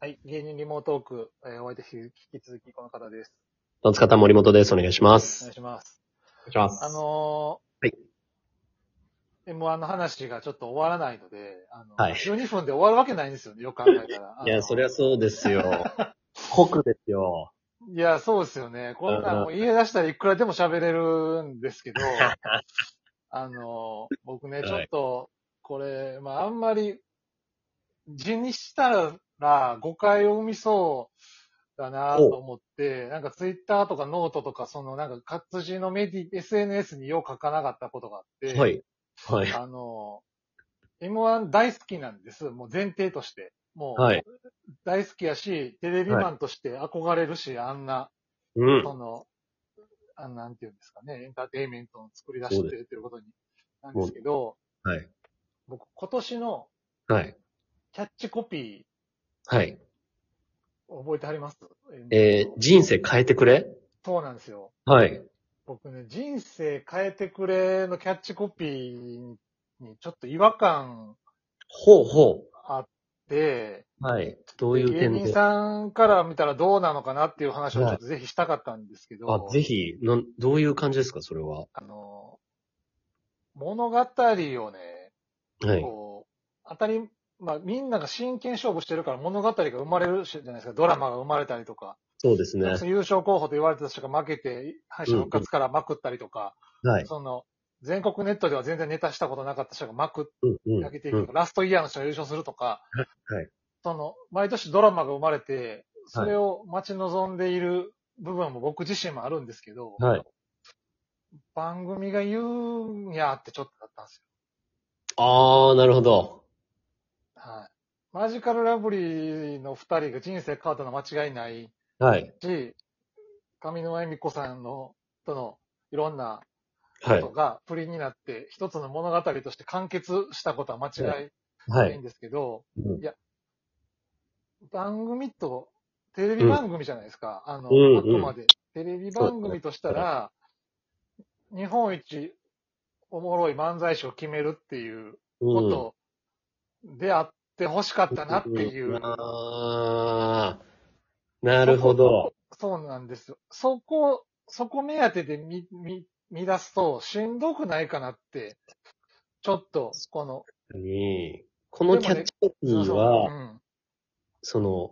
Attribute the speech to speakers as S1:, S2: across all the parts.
S1: はい。芸人リモートーク、えー、お相手引き続きこの方です。
S2: トンツカタン森本です。お願いし
S1: お
S2: ま
S1: 願
S2: す
S1: い。します。
S2: お願いしま
S1: あの
S2: はい
S1: ー、M1 の話がちょっと終わらないので、あの、
S2: はい。
S1: 12分で終わるわけないんですよね、よく考えたら
S2: いや、そり
S1: は。
S2: ゃそうです よ。濃くですよ。
S1: いや、そうですよね。こんなんもう家出したらいくらでも喋れるんです けど、あのー、僕ね、
S2: はい
S1: ちょっと、これ、まあ、あんまり、字にしたら誤解を生みそうだなと思って、なんかツイッターとかノートとか、そのなんか活字のメディ、SNS によう書かなかったことがあって、
S2: はい。はい。
S1: あのー、M1 大好きなんです。もう前提として。もう、
S2: はい。
S1: 大好きやし、テレビマンとして憧れるし、あんな、
S2: うん。
S1: その、あなんていうんですかね、エンターテインメントを作り出してるということに、なんですけど、
S2: はい。
S1: 僕、今年の
S2: はい。
S1: キャッチコピ
S2: はい。
S1: ー、覚えてはります
S2: えー、人生変えてくれ
S1: そうなんですよ。
S2: はい。
S1: 僕ね、人生変えてくれのキャッチコピーにちょっと違和感
S2: ほうほ
S1: あって、
S2: う。はい。どう
S1: で
S2: いう
S1: 芸
S2: 点
S1: 人
S2: で
S1: さんから見たらどうなのかなっていう話をちょっとぜひしたかったんですけど、
S2: あ、ぜひ、なん、どういう感じですか、それは。
S1: あの、物語をね、
S2: はい。
S1: こう、当たり、まあみんなが真剣勝負してるから物語が生まれるしじゃないですか。ドラマが生まれたりとか。
S2: そうですね。
S1: 優勝候補と言われてた人が負けて、敗者復活からまくったりとか、
S2: はい。
S1: その、全国ネットでは全然ネタしたことなかった人がまくっ
S2: うんうん。
S1: 上げていくとか、
S2: うん
S1: ラストイヤーの人が優勝するとか、
S2: はい
S1: その、毎年ドラマが生まれて、それを待ち望んでいる部分も僕自身もあるんですけど、
S2: はい。
S1: 番組が言うんやってちょっとだったんですよ。
S2: あー、なるほど。
S1: はい。マジカルラブリーの二人が人生変わったのは間違いない
S2: はい。
S1: し、上沼恵美子さんの、とのいろんなこ
S2: はい
S1: と。が不倫になって、一つの物語として完結したことは間違い
S2: は
S1: ない
S2: い。
S1: んですけど、
S2: うん
S1: 番組と、テレビ番組じゃないですか。あの、
S2: うん
S1: あくまで。テレビ番組としたら、日本一おもろい漫才師を決めるっていう
S2: う
S1: こ
S2: ん。
S1: とであってほしかったなっていう。
S2: あー、なるほど。
S1: そうなんですよ。そこ、そこ目当てで見、見、見出すと、しんどくないかなって、ちょっと、この、
S2: に、このキャッチコピーは、
S1: うん
S2: その、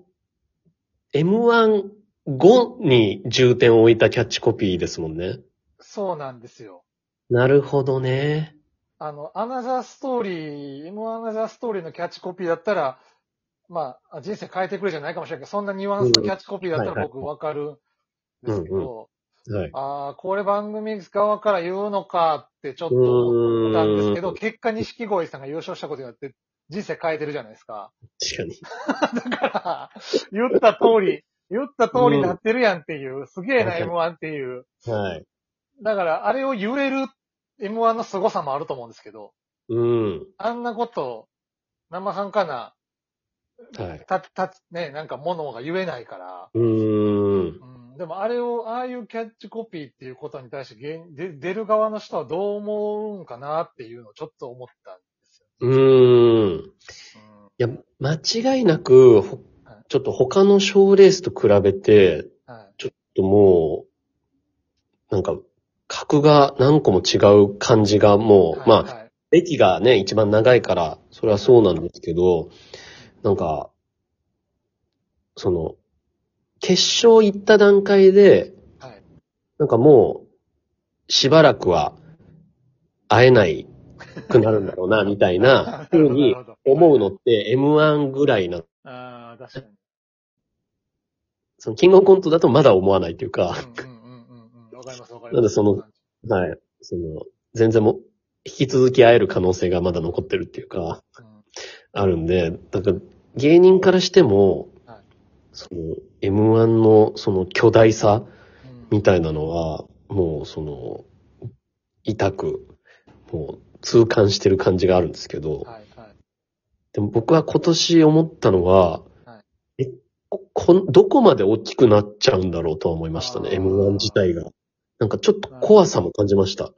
S2: M1 後に重点を置いたキャッチコピーですもんね。
S1: そうなんですよ。
S2: なるほどね。
S1: あの、アナザーストーリー、M アナザーストーリーのキャッチコピーだったら、まあ、人生変えてくれじゃないかもしれないけど、そんなニュアンスのキャッチコピーだった
S2: うんは
S1: ら
S2: いはい
S1: 僕わかるんですけど、
S2: うんはい。
S1: ああ、これ番組側から言うのかってちょっと思ったんですけ
S2: う
S1: ど、
S2: ーん
S1: 結果錦鯉さんが優勝したことによって人生変えてるじゃないですか。
S2: 確かに。
S1: だから、言った通り、言った通りなってるやんっていう、すげえな
S2: 確かに
S1: M1 っていう。
S2: はい。
S1: だから、あれを言える M1 の凄さもあると思うんですけど、
S2: うん。
S1: あんなこと、生半可な、
S2: はい。
S1: た、た、ね、なんか物が言えないから、
S2: うーん。
S1: うん、でもあれを、ああいうキャッチコピーっていうことに対して芸人、で出る側の人はどう思うんかなっていうのをちょっと思ったんです
S2: うーん。
S1: よ。うん
S2: いや、間違いなく、ほちょっと他の賞ーレースと比べて、
S1: はい、
S2: ちょっともう、なんか、格が何個も違う感じがもう、まあ、
S1: はい
S2: 歴がね、一番長いから、それはそうなんですけど、なんか、その、決勝行った段階で、
S1: はい
S2: なんかもう、しばらくは会えないくなるんだろうな、みたい な、ふうに思うのって、M1 ぐらいな、
S1: ああ、確かに。
S2: その、キングオブコントだとまだ思わないというか、
S1: うんうんうんうんうん。わかりますわかります。
S2: なんでそのはい、その、全然も、引き続き会える可能性がまだ残ってるっていうか、
S1: うん
S2: あるんで、だから芸人からしても、
S1: はい
S2: その M1 のその巨大さ
S1: うん
S2: みたいなのは、もうその、痛く、もう痛感してる感じがあるんですけど、
S1: はいはい。
S2: でも僕は今年思ったのは、
S1: は
S2: えここんどこまで大きくなっちゃうんだろうとは思いましたね、
S1: あー
S2: M1 自体が。なんかちょっと怖さも感じました。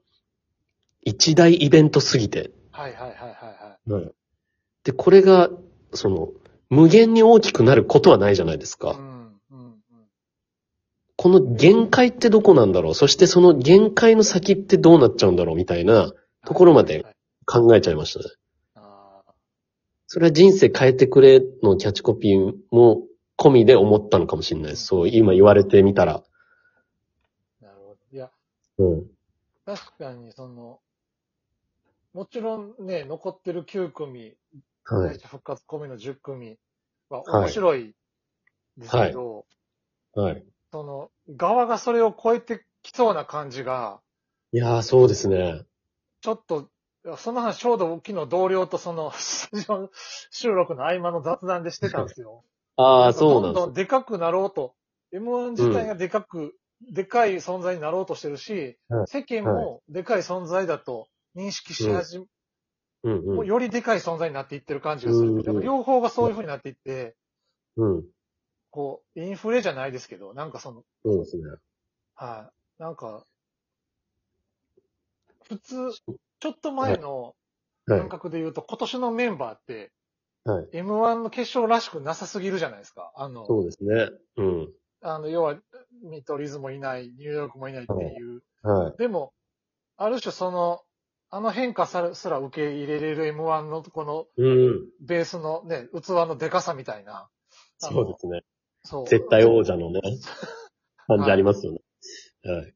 S2: 一大イベントすぎて。
S1: はいはいはいはいはい。
S2: はい。で、これが、その、無限に大きくなることはないじゃないです
S1: う
S2: か。
S1: ん、うん、
S2: この限界ってどこなんだろうそしてその限界の先ってどうなっちゃうんだろうみたいなところまで
S1: はい
S2: 考えちゃいましたね。
S1: あー
S2: それは人生変えてくれのキャッチコピーも込みで思ったのかもしれないです。そう、今言われてみたら。
S1: なるほど。いや、
S2: うん。
S1: 確かに、その、もちろんね、残ってる9組、
S2: はい。
S1: 復活込みの10組は
S2: はい
S1: 面白いですけど、
S2: はい。
S1: その、側がそれを超えてきそうな感じが、
S2: いやー、そうですね。
S1: ちょっと、その話、ちょうど昨日同僚とその、 スタジオ収録の合間の雑談でしてたんですよ。
S2: ああ、そうな
S1: ど
S2: ん
S1: ん
S2: で
S1: ど
S2: す
S1: んでかくなろうと。M1 自体がでかく、でかい存在になろうとしてるし、
S2: はい
S1: 世間もでかい存在だと認識し始め、
S2: うん
S1: もう
S2: うん。
S1: よりでかい存在になっていってる感じがする。
S2: うん
S1: だから両方がそういう風になっていって、
S2: うん。
S1: こう、インフレじゃないですけど、なんかその、
S2: そうですね。
S1: はい、なんか、普通、ちょっと前の
S2: はい
S1: 感。覚で言うと、今年のメンバーって、
S2: はい。
S1: M1 の決勝らしくなさすぎるじゃないですか。あの、
S2: そうですね。うん。
S1: あの、要は、見取り図もいない、ニューヨークもいないっていう。
S2: はい。
S1: でも、ある種その、あの変化さらすら受け入れれる M1 のこの
S2: うん。
S1: ベースのね、器のデカさみたいな。あの
S2: そうですね。
S1: そう。
S2: 絶対王者の ね、感じありますよね。はい。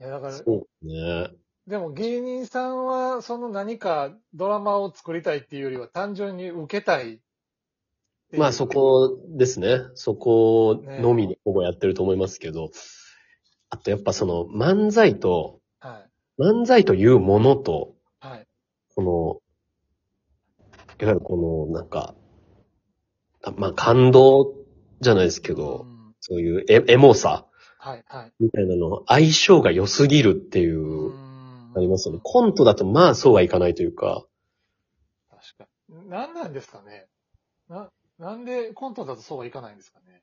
S1: いやだから、
S2: そうね。
S1: でも芸人さんはその何かドラマを作りたいっていうよりは単純に受けたいっていう
S2: まあそ。こですね。そこのみでほぼやってると思いますけど、あとやっぱその漫才と、
S1: はい。
S2: 漫才というものと、
S1: はい。
S2: この、いわゆるこのなんか、あまあ感動じゃないですけど、
S1: ん
S2: そういうエエモさ
S1: はい、はい。
S2: みたいなの相性が良すぎるっていうう、
S1: ん
S2: ありますよね。コントだとまあそうはいかないというか、
S1: 確かに。何なんですかねな、なんでコントだとそうはいかないんですかね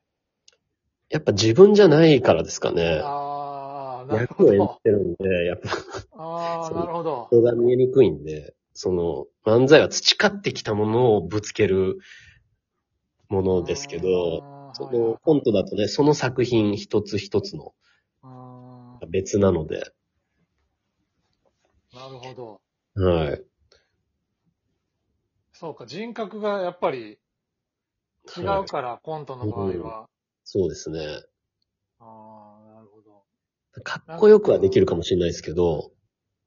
S2: やっぱ自分じゃないからですかね。
S1: あー、なる
S2: 役
S1: ほ
S2: を演じ
S1: ど。
S2: てるんで、やっぱ
S1: あー、
S2: そう
S1: なるほど。
S2: 人が見えにくいんで、その、漫才は培ってきたものをぶつけるものですけど、
S1: あー、
S2: そ
S1: はいは
S2: の、コントだとね、その作品一つ一つの
S1: い
S2: 別なので、
S1: あーなるほど。
S2: はい。
S1: そうか、人格がやっぱり違
S2: は
S1: う
S2: い
S1: から、コントの場合は。
S2: そうですね。
S1: ああ、なるほど。
S2: かっこよくはできるかもしれないですけど、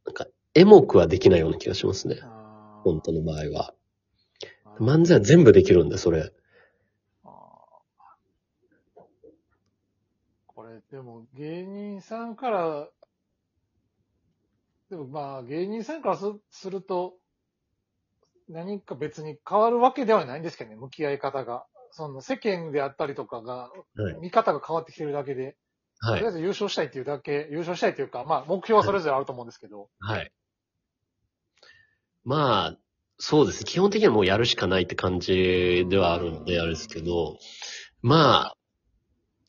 S2: なんか、エモくはできないような気がしますね。
S1: あー
S2: コントの場合は。
S1: なるほど
S2: 漫才は全部できるんで、それ。
S1: あーこれ、でも芸人さんから、でもまあ芸人さんからすすると、何か別に変わるわけではないんですけどね、向き合い方が。その世間であったりとかが、
S2: はい。
S1: 見方が変わってきてるだけで、
S2: は
S1: とりあ
S2: い。
S1: えず優勝したいっていうだけ、優勝したいというか、まあ目標はそれぞれあると思うんですけど、
S2: はい。まあ、そうですね。基本的にはもうやるしかないって感じではあるので、あれですけど、まあ、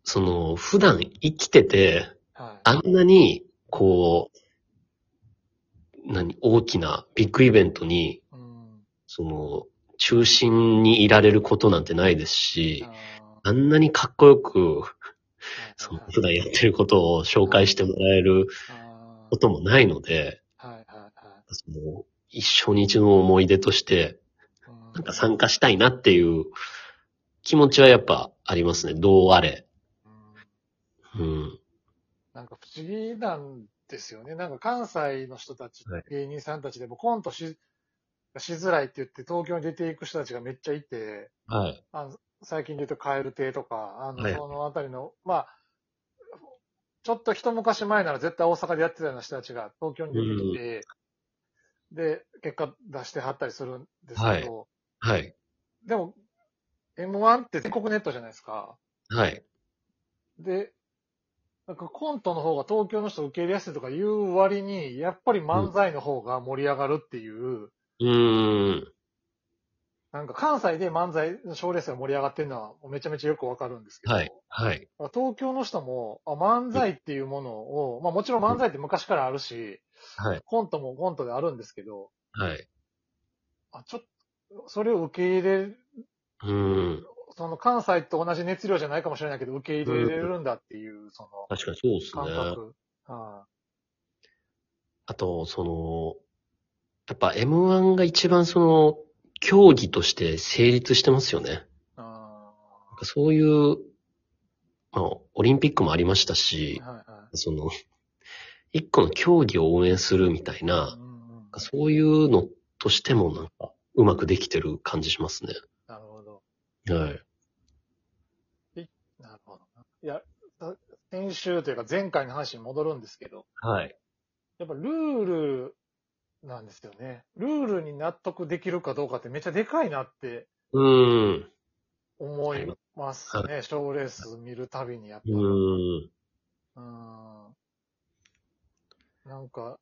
S2: その、普段生きてて、
S1: はい。
S2: あんなに、こう、何、大きなビッグイベントに、
S1: うん
S2: その、中心にいられることなんてないですし
S1: あー、
S2: あんなにかっこよく、その
S1: はい
S2: 普段やってることを紹介してもらえる
S1: あ
S2: こともないので、
S1: ーはいはいはい
S2: その一生に一度の思い出として、
S1: うん
S2: なんか参加したいなっていう気持ちはやっぱありますね。どうあれ。
S1: うん
S2: うん。
S1: なんか不思議なんですよね。なんか関西の人たち、
S2: はい
S1: 芸人さんたちでもコントし、しづらいって言って東京に出ていく人たちがめっちゃいて、
S2: はい。
S1: あの最近で言うとカエル亭とか、あの、
S2: はい
S1: そのあたりの、まあ、ちょっと一昔前なら絶対大阪でやってたような人たちが東京に出てきて、で、結果出してはったりするんですけど、
S2: はい。
S1: でも、M1 って全国ネットじゃないですか。
S2: はい。
S1: で、なんかコントの方が東京の人受け入れやすいとか言う割に、やっぱり漫才の方が盛り上がるっていう、
S2: うーん。
S1: なんか関西で漫才の賞レースが盛り上がってるのはめちゃめちゃよくわかるんですけど、
S2: はい。はい。
S1: 東京の人もあ漫才っていうものを、まあもちろん漫才って昔からあるし、
S2: はい。
S1: コントもコントであるんですけど、
S2: はい。
S1: あちょっと、それを受け入れ
S2: うん。
S1: その関西と同じ熱量じゃないかもしれないけど、受け入れれるんだっていう、その
S2: 確かにそうです
S1: 感
S2: ね。
S1: 覚。うん
S2: あと、その、やっぱ M1 が一番その、競技として成立してますよね。
S1: うん。
S2: なんかそういう、まあ、オリンピックもありましたし、
S1: はいは
S2: その、一個の競技を応援するみたい
S1: い。
S2: な、
S1: うんうん
S2: なんかそういうのとしてもなんか、うまくできてる感じしますね。
S1: なるほど。
S2: はい。
S1: なるほどな。いや、さ先週というか前回の話に戻るんですけど、
S2: はい。
S1: やっぱルールなんですよね。ルールに納得できるかどうかってめっちゃでかいなって
S2: うーん。
S1: 思いますね。賞レース見るたびにやっぱ
S2: う。ーん。
S1: うんなんか、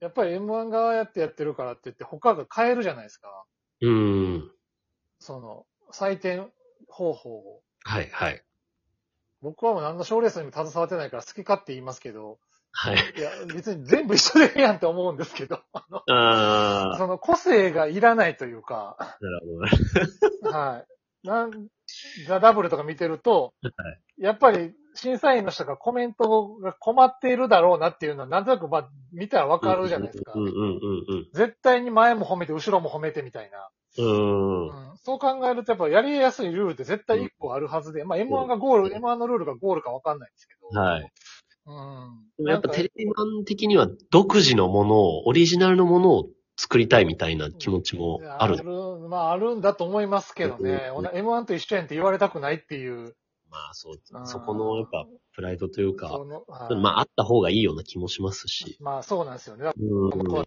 S1: やっぱり M1 がああやってやってるからって言って他が変えるじゃないですか。
S2: うーん。
S1: その、採点方法を。
S2: はい、はい。
S1: 僕はもう何の賞レースにも携わってないから好き勝手言いますけど、
S2: はい。
S1: いや、別に全部一緒でええやんって思うんです けど、あの
S2: あ
S1: その個性がいらないという か、
S2: ー。なるほどね。
S1: はい。なん、ザ・ダブルとか見てると、やっぱり審査員の人がコメントが困っているだろうなっていうのは、なんとなくまあ、見たらわかるじゃないですか
S2: うん、。うん、うん、
S1: 絶対に前も褒めて、後ろも褒めてみたいな。
S2: うん。うーん。
S1: うん、そう考えると、やっぱやりやすいルールって絶対1個あるはずで、まあ M1 がゴール、M1 のルールがゴールかわかんないんですけど。
S2: はい。
S1: うん。
S2: でも
S1: な
S2: や
S1: ん
S2: っ
S1: か
S2: ぱテレビマン的には独自のものを、オリジナルのものを作りたいみたいな気持ちもある。
S1: る、まあ、あるんだと思いますけどね。
S2: うん
S1: M1 と一緒やんって言われたくないっていう。
S2: まあ、そう
S1: う、ん
S2: そこのやっぱプライドというか
S1: そ、の、はい
S2: まああった方がいいような気もしますし。
S1: まあ、そうなんですよね。だか
S2: う
S1: ら僕
S2: ん
S1: は。